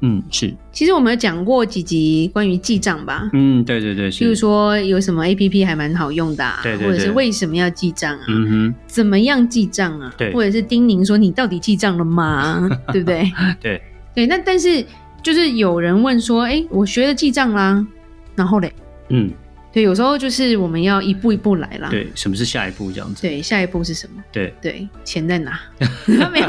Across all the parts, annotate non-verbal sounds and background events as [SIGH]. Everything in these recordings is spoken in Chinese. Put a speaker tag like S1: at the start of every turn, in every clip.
S1: 嗯，是，
S2: 其实我们有讲过几集关于记账吧，
S1: 嗯，对对对，是，
S2: 譬如，说有什么 A P P 还蛮好用的、啊，
S1: 对对对
S2: 或者是为什么要记账啊？
S1: 嗯
S2: 怎么样记账啊？
S1: 对
S2: 或者是叮咛说你到底记账了
S1: [LAUGHS]
S2: 吗？对不对？
S1: 哼，对，
S2: 对，那但是就是有人问说，哎、我学了记账啦，然后嘞，
S1: 嗯，
S2: 对，有时候就是我们要一步一步来啦。
S1: 对，什么是下一步这样子？
S2: 对，下一步是什么？
S1: [LAUGHS] 对，
S2: 对，钱在
S1: [LAUGHS]
S2: 哪？没有。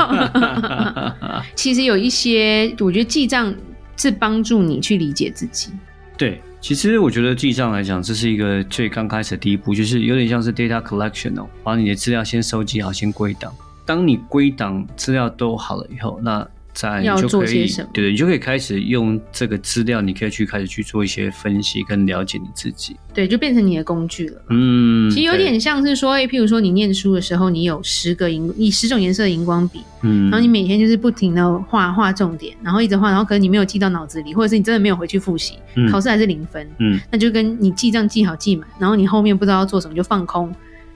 S2: 其实有一些，我觉得记账是帮助你去理解自己。
S1: 对，其实我觉得记账来讲，这是一个最刚开始的第一步，就是有点像是 data collection 哦，把你的资料先收集好，先归档。当你归档资料都好了以后，那再你
S2: 要
S1: 就
S2: 做
S1: 可以
S2: 些什么
S1: 对，你就可以开始用这个资料，你可以去开始去做一些分析跟了解你自己。
S2: 对，就变成你的工具了。
S1: 嗯，
S2: 其实有
S1: 对
S2: 点像是说，哎、譬如说你念书的时候，你有十个荧，你十种颜色的荧光笔，
S1: 嗯，
S2: 然后你每天就是不停的画画重点，然后一直画，然后可能你没有记到脑子里，或者是你真的没有回去复习，
S1: 嗯
S2: 考试还是零分，
S1: 嗯
S2: 那就跟你记账记好记满，然后你后面不知道要做什么就放空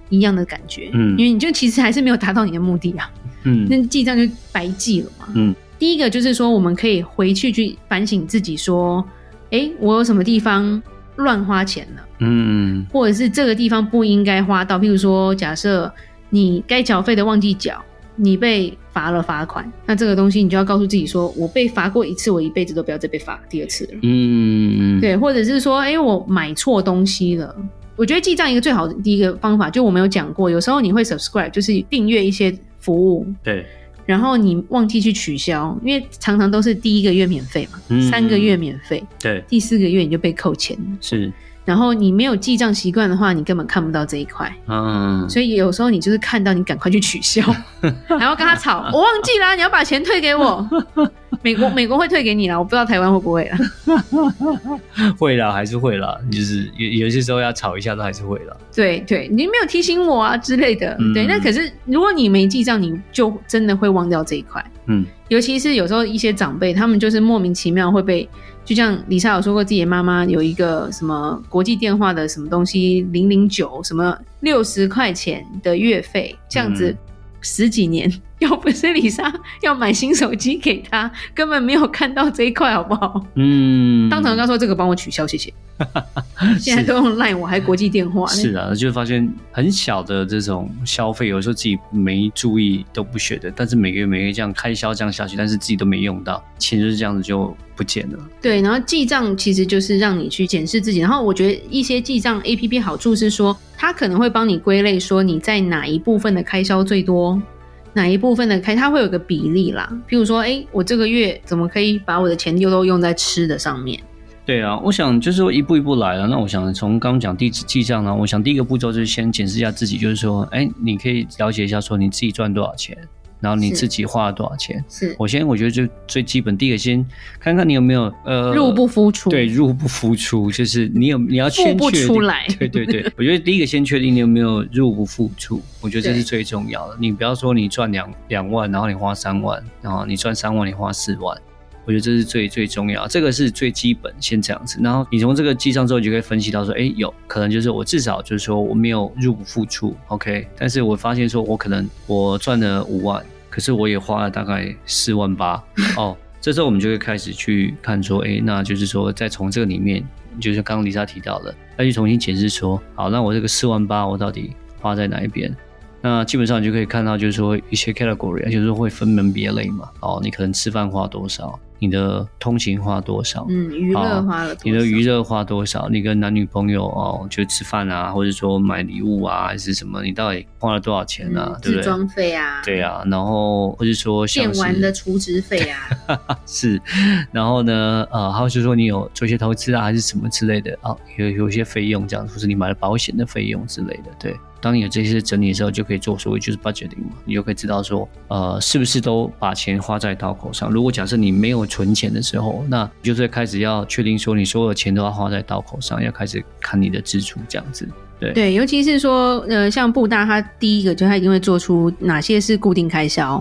S2: 一样的感觉，
S1: 嗯
S2: 因为你就其实还是没有达到你的目的啊，
S1: 嗯
S2: 那记账就白记了嘛。
S1: 嗯，
S2: 第一个就是说，我们可以回去去反省自己，说，诶，我有什么地方乱花钱了，
S1: 嗯
S2: 或者是这个地方不应该花到。譬如说，假设你该缴费的忘记缴，你被罚了罚款，那这个东西你就要告诉自己说，我被罚过一次，我一辈子都不要再被罚第二次了。
S1: 嗯，
S2: 对，或者是说，诶，我买错东西了。我觉得记账一个最好的第一个方法，就我们有讲过，有时候你会 subscribe，就是订阅一些服务，
S1: 对，
S2: 然后你忘记去取消，因为常常都是第一个月免费嘛，
S1: 嗯
S2: 三个月免费，
S1: 对
S2: 第四个月你就被扣钱了。
S1: 是，
S2: 然后你没有记账习惯的话，你根本看不到这一块，
S1: 嗯，
S2: 所以有时候你就是看到你赶快去
S1: [LAUGHS]
S2: 取消，还要跟他吵，我忘记啦，你要把钱退给我。美国美国会退给你啦，我不知道台湾会不啊会啦。
S1: [LAUGHS] 会啦，还是会啦，就是有有些时候要吵一下，都还是会啦。
S2: 对对，你没有提醒我啊之类的。
S1: 嗯
S2: 对，那可是如果你没记账，你就真的会忘掉这一块。
S1: 嗯
S2: 尤其是有时候一些长辈，他们就是莫名其妙会被，就像李莎有说过，自己的妈妈有一个什么国际电话的什么东西零零九什么六十块钱的月费，这样子
S1: 嗯
S2: 十几年， [LAUGHS] 要不是李莎要买新手机给她，根本没有看到这一块，好不好？
S1: 嗯，
S2: 当场跟她说这个帮我取消，谢谢。现在都用 Line，我还国际电话呢。
S1: 是啊，就发现很小的这种消费，有时候自己没注意都不觉得，但是每个月每个月这样开销这样下去，但是自己都没用到，钱就是这样子就不见了。
S2: 对，然后记账其实就是让你去检视自己。然后我觉得一些记账 A P P 好处是说，它可能会帮你归类，说你在哪一部分的开销最多，哪一部分的开，它会有个比例啦。譬如说，哎，我这个月怎么可以把我的钱又都用在吃的上面？
S1: 对啊，我想就是说一步一步来了。那我想从刚刚讲地址记账呢，我想第一个步骤就是先检视一下自己，就是说，哎，你可以了解一下说你自己赚多少钱，然后你
S2: 是
S1: 自己花了多少钱。
S2: 是
S1: 我先我觉得就最基本，第一个先看看你有没有呃
S2: 入不敷出。
S1: 对，入不敷出，就是你有你要
S2: 付
S1: 先
S2: 不
S1: 确
S2: 出
S1: 定
S2: 来
S1: 对对对，我觉得第一个先确定你有没有入不敷出，我觉得这是
S2: 对
S1: 最重要的。你不要说你赚两两万，然后你花三万，然后你赚三万，你花四万。我觉得这是最最重要，这个是最基本，先这样子。然后你从这个记账之后，你就可以分析到说，哎，有可能就是我至少就是说我没有入不敷出，OK。但是我发现说我可能我赚了五万，可是我也花了大概四万八
S2: [LAUGHS]
S1: 哦。这时候我们就会开始去看说，哎，那就是说再从这个里面，就是刚刚丽莎提到的，再去重新解释说，好，那我这个四万八我到底花在哪一边？那基本上你就可以看到，就是说一些 category，就是说会分门别类嘛。哦，你可能吃饭花多少，你的通勤花多少，
S2: 嗯，娱乐花了
S1: 哦
S2: 多少
S1: 你的娱乐花多少，你跟男女朋友哦，就吃饭啊，或者说买礼物啊，还是什么，你到底花了多少钱啊？
S2: 嗯
S1: 对不
S2: 自
S1: 对？
S2: 装费啊，
S1: 对，啊，然后或者说像
S2: 电
S1: 是
S2: 玩的储值费啊，
S1: [LAUGHS] 是，然后呢，呃，还有就是说你有做一些投资啊，还是什么之类的啊，有有一些费用这样，或是你买了保险的费用之类的，对。当你有这些整理的时候，就可以做所谓就是 budgeting 嘛，你就可以知道说，呃，是不是都把钱花在刀口上。如果假设你没有存钱的时候，那你就是开始要确定说，你所有的钱都要花在刀口上，要开始看你的支出这样子。对
S2: 对，尤其是说，呃，像布大，他第一个就他一定会做出哪些是固定开销，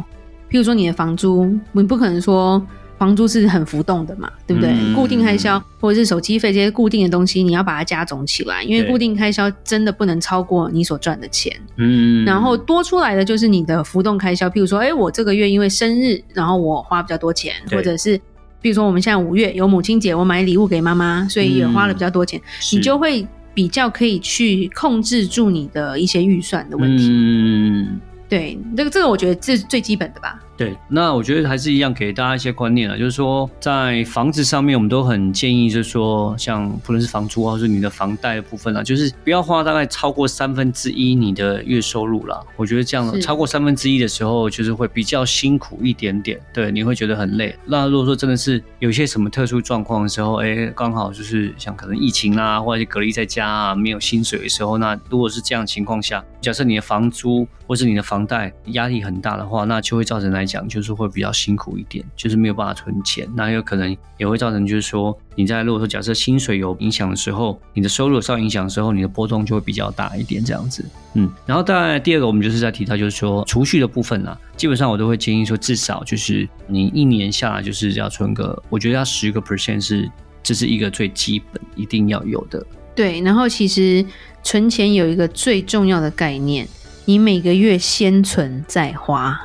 S2: 譬如说你的房租，你不可能说房租是很浮动的嘛，对不对？
S1: 嗯
S2: 固定开销或者是手机费这些固定的东西，你要把它加总起来，因为
S1: 对
S2: 固定开销真的不能超过你所赚的钱。
S1: 嗯，
S2: 然后多出来的就是你的浮动开销，譬如说，哎，我这个月因为生日，然后我花比较多钱，
S1: 对
S2: 或者是比如说我们现在五月有母亲节，我买礼物给妈妈，所以也
S1: 嗯
S2: 花了比较多钱，
S1: 是
S2: 你就会比较可以去控制住你的一些预算的问题。
S1: 嗯，
S2: 对，这个这个我觉得这是最基本的吧。
S1: 对，那我觉得还是一样给大家一些观念啊，就是说在房子上面，我们都很建议，就是说像不论是房租啊，或是你的房贷的部分啊，就是不要花大概超过三分之一你的月收入啦。我觉得这样
S2: 是
S1: 超过三分之一的时候，就是会比较辛苦一点点，对，你会觉得很累。那如果说真的是有一些什么特殊状况的时候，哎，刚好就是像可能疫情啊，或者是隔离在家啊，没有薪水的时候，那如果是这样的情况下，假设你的房租或是你的房贷压力很大的话，那就会造成来讲就是会比较辛苦一点，就是没有办法存钱，那有可能也会造成就是说你在如果说假设薪水有影响的时候，你的收入有受到影响的时候，你的波动就会比较大一点这样子。嗯，然后当然第二个我们就是在提到就是说储蓄的部分啦、基本上我都会建议说至少就是你一年下来就是要存个，我觉得要十个 percent 是这是一个最基本一定要有的。
S2: 对，然后其实存钱有一个最重要的概念，你每个月先存再花，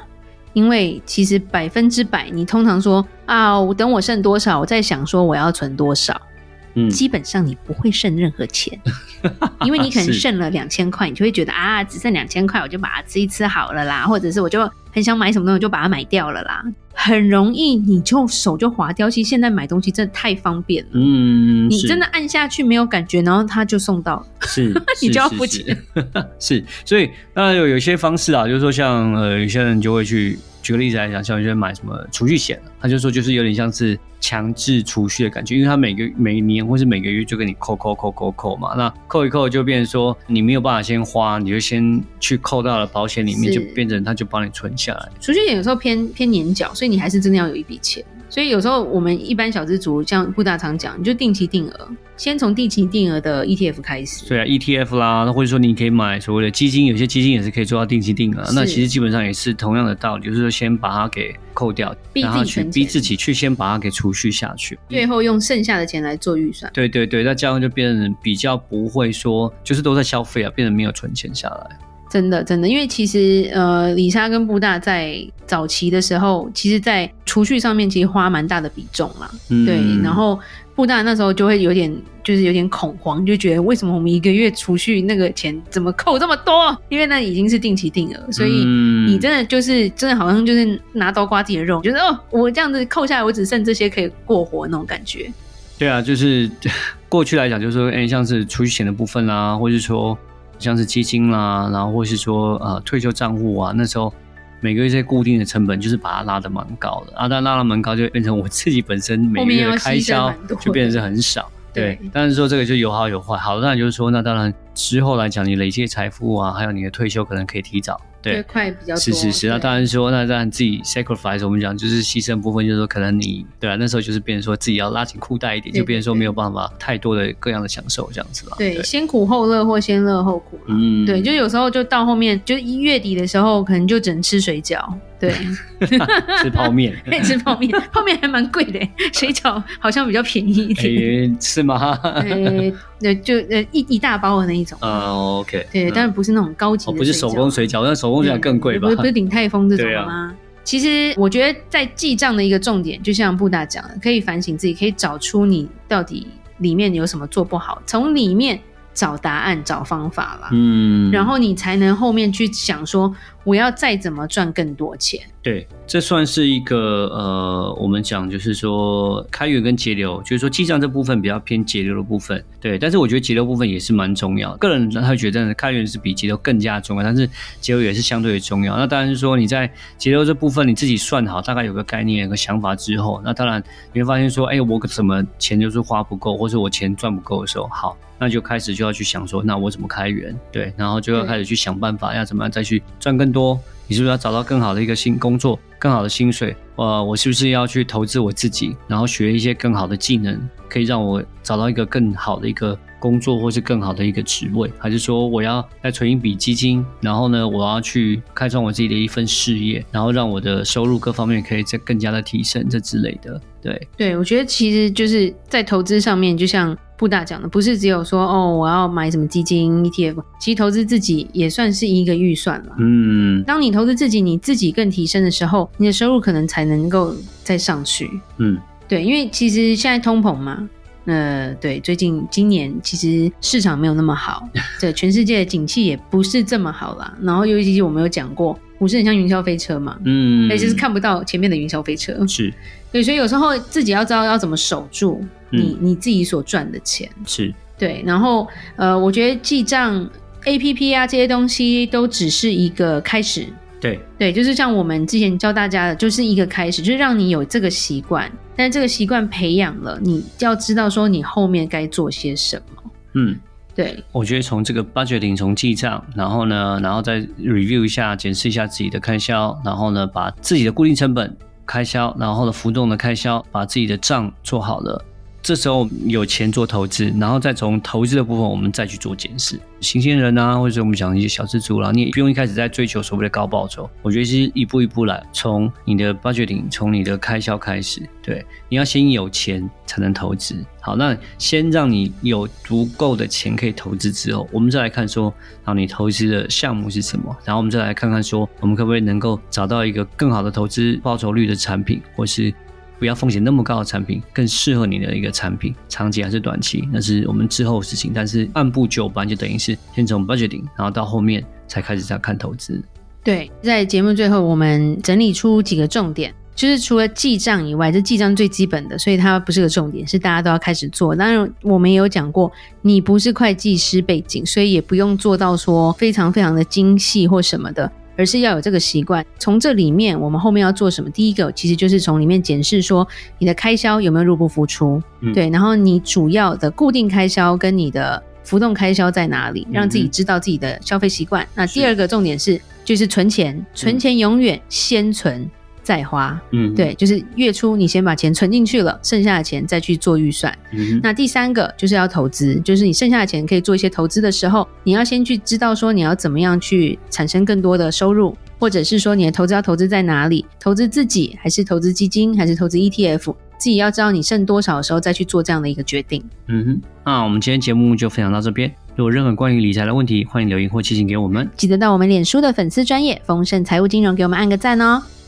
S2: 因为其实百分之百，你通常说啊，我等我剩多少，我再想说我要存多少，
S1: 嗯，
S2: 基本上你不会剩任何
S1: [LAUGHS]
S2: 钱，因为你可能
S1: 是
S2: 剩了两千块，你就会觉得啊，只剩两千块，我就把它吃一吃好了啦，或者是我就很想买什么东西，我就把它买掉了啦，很容易你就手就滑掉。其实现在买东西真的太方便了。
S1: 嗯，
S2: 你
S1: 是
S2: 真的按下去没有感觉，然后他就送到了。
S1: [LAUGHS] 是，
S2: [LAUGHS] 你
S1: 是
S2: 就要
S1: 是
S2: 付
S1: 是
S2: 钱
S1: [LAUGHS] 是，所以那有有些方式啊，就是说像呃，有些人就会去举个例子来讲，像有些人买什么储蓄险，啊他就说就是有点像是强制储蓄的感觉，因为他每个每年或是每个月就跟你扣扣扣扣扣嘛，那扣一扣就变成说你没有办法先花，你就先去扣到了保险里面，
S2: 是
S1: 就变成他就帮你存下来。
S2: 储蓄险有时候偏偏年缴，所以你还是真的要有一笔钱。所以有时候我们一般小资族，像布大常讲，你就定期定额，先从定期定额的 ETF 开始。
S1: 对啊，ETF 啦，那或者说你可以买所谓的基金，有些基金也是可以做到定期定额。
S2: 是
S1: 那其实基本上也是同样的道理，就是说先把它给扣掉，
S2: 逼
S1: 然后
S2: 自己
S1: 去
S2: 存
S1: 逼
S2: 钱
S1: 自己去先把它给储蓄下去。
S2: 最后用剩下的钱来做预算。
S1: 对对对，那这样就变成比较不会说，就是都在消费啊，变成没有存钱下来。
S2: 真的，真的，因为其实呃，李莎跟布大在早期的时候，其实，在储蓄上面其实花蛮大的比重啦。
S1: 嗯
S2: 对，然后布大那时候就会有点，就是有点恐慌，就觉得为什么我们一个月储蓄那个钱怎么扣这么多？因为那已经是定期定额，所以
S1: 嗯
S2: 你真的就是真的好像就是拿刀刮自己的肉，觉得哦，我这样子扣下来，我只剩这些可以过活那种感觉。
S1: 对啊，就是 [LAUGHS] 过去来讲，就是说，哎，像是储蓄险的部分啦，或是说像是基金啦，然后或是说呃退休账户啊，那时候每个月这些固定的成本就是把它拉得蛮高的啊，但拉得蛮高就变成我自己本身每
S2: 后
S1: 个
S2: 面
S1: 月的
S2: 要
S1: 开
S2: 牺牲
S1: 销
S2: 蛮多的
S1: 就变成是很少。对，但是说这个就有好有坏，好当然就是说，那当然之后来讲，你累积的财富啊，还有你的退休可能可以提早，对，
S2: 快比较多。
S1: 是是是，那
S2: 对
S1: 当然说，那当然自己 sacrifice，我们讲就是牺牲部分，就是说可能你对啊，那时候就是变成说自己要拉紧裤带一点，
S2: 对
S1: 就变成说
S2: 对对
S1: 没有办法太多的各样的享受这样子啦。
S2: 对，先苦后乐或先乐后苦啦。
S1: 嗯，
S2: 对，就
S1: [LAUGHS]
S2: 有时候就到后面，就一月底的时候，可能就只能吃水饺，对，
S1: [LAUGHS] 吃泡
S2: [LAUGHS]
S1: 面，
S2: 可以吃泡面，泡面还蛮贵的，水饺好像比较便宜一
S1: [LAUGHS]
S2: 点，
S1: 诶，哎是吗？
S2: 呃，对，就呃一一大包的那一种，
S1: [LAUGHS] 啊，OK，
S2: 对，
S1: 嗯
S2: 但不是那种高级
S1: 哦，
S2: 的水饺，嗯
S1: 不是手工水饺，那手工水饺更贵吧
S2: 不是？不是鼎泰丰这种
S1: 对啊
S2: 的吗？其实我觉得在记账的一个重点，就像布达讲的，可以反省自己，可以找出你到底里面有什么做不好，从里面找答案、找方法啦。
S1: 嗯，
S2: 然后你才能后面去想说，我要再怎么赚更多钱。
S1: 对，这算是一个呃，我们讲就是说开源跟节流，就是说记账这部分比较偏节流的部分。对，但是我觉得节流部分也是蛮重要的。个人他会觉得开源是比节流更加重要，但是节流也是相对的重要。那当然是说你在节流这部分你自己算好，大概有个概念、有个想法之后，那当然你会发现说，哎，我怎么钱就是花不够，或者我钱赚不够的时候，好，那就开始就要去想说，那我怎么开源？对，然后就要
S2: 对
S1: 开始去想办法，要怎么样再去赚更多。你是不是要找到更好的一个新工作，更好的薪水？呃，我是不是要去投资我自己，然后学一些更好的技能，可以让我找到一个更好的一个工作或是更好的一个职位，还是说我要来存一笔基金，然后呢，我要去开创我自己的一份事业，然后让我的收入各方面可以再更加的提升，这之类的。对，
S2: 对，我觉得其实就是在投资上面，就像布大讲的，不是只有说哦，我要买什么基金 ETF，其实投资自己也算是一个预算了。
S1: 嗯
S2: 当你投资自己，你自己更提升的时候，你的收入可能才能够再上去。
S1: 嗯，
S2: 对，因为其实现在通膨嘛，呃，对，最近今年其实市场没有那
S1: [LAUGHS]
S2: 么好，对，全世界的景气也不是这么好啦。然后尤其是我们有讲过，股市很像云霄飞车嘛，
S1: 嗯，
S2: 而且是看不到前面的云霄飞车，
S1: 是
S2: 对，所以有时候自己要知道要怎么守住你、
S1: 嗯
S2: 你自己所赚的钱，
S1: 是，
S2: 对，然后呃，我觉得记账 A P P 啊这些东西都只是一个开始，
S1: 对，
S2: 对，就是像我们之前教大家的，就是一个开始，就是让你有这个习惯，但这个习惯培养了，你要知道说你后面该做些什么。
S1: 嗯。
S2: 对
S1: 我觉得从这个 budgeting 从记账，然后呢，然后再 review 一下，检视一下自己的开销，然后呢，把自己的固定成本开销，然后呢，浮动的开销，把自己的账做好了。这时候有钱做投资，然后再从投资的部分，我们再去做检视。新鲜人啊，或者我们讲一些小资族啦、你也不用一开始在追求所谓的高报酬。我觉得是一步一步来，从你的 budgeting，从你的开销开始。对，你要先有钱才能投资。好，那先让你有足够的钱可以投资之后，我们再来看说，啊，你投资的项目是什么？然后我们再来看看说，我们可不可以能够找到一个更好的投资报酬率的产品，或是不要风险那么高的产品，更适合你的一个产品，长期还是短期，那是我们之后的事情。但是按部就班，就等于是先从 budgeting，然后到后面才开始在看投资。
S2: 对，在节目最后，我们整理出几个重点。就是除了记账以外，这记账最基本的，所以它不是个重点，是大家都要开始做。当然，我们也有讲过，你不是会计师背景，所以也不用做到说非常非常的精细或什么的，而是要有这个习惯。从这里面，我们后面要做什么？第一个其实就是从里面检视说你的开销有没有入不敷出，
S1: 嗯
S2: 对，然后你主要的固定开销跟你的浮动开销在哪
S1: 嗯
S2: 里，让自己知道自己的消费习惯。那第二个重点是，就是存钱，存钱永远先存再花。
S1: 嗯，
S2: 对，就是月初你先把钱存进去了，剩下的钱再去做预算。
S1: 嗯哼，
S2: 那第三个就是要投资，就是你剩下的钱可以做一些投资的时候，你要先去知道说你要怎么样去产生更多的收入，或者是说你的投资要投资在哪里，投资自己还是投资基金还是投资 ETF，自己要知道你剩多少的时候再去做这样的一个决定。
S1: 嗯哼。那我们今天节目就分享到这边。如果有任何关于理财的问题，欢迎留言或寄信给我们。
S2: 记得到我们脸书的粉丝专业丰盛财务金融给我们按个赞哦。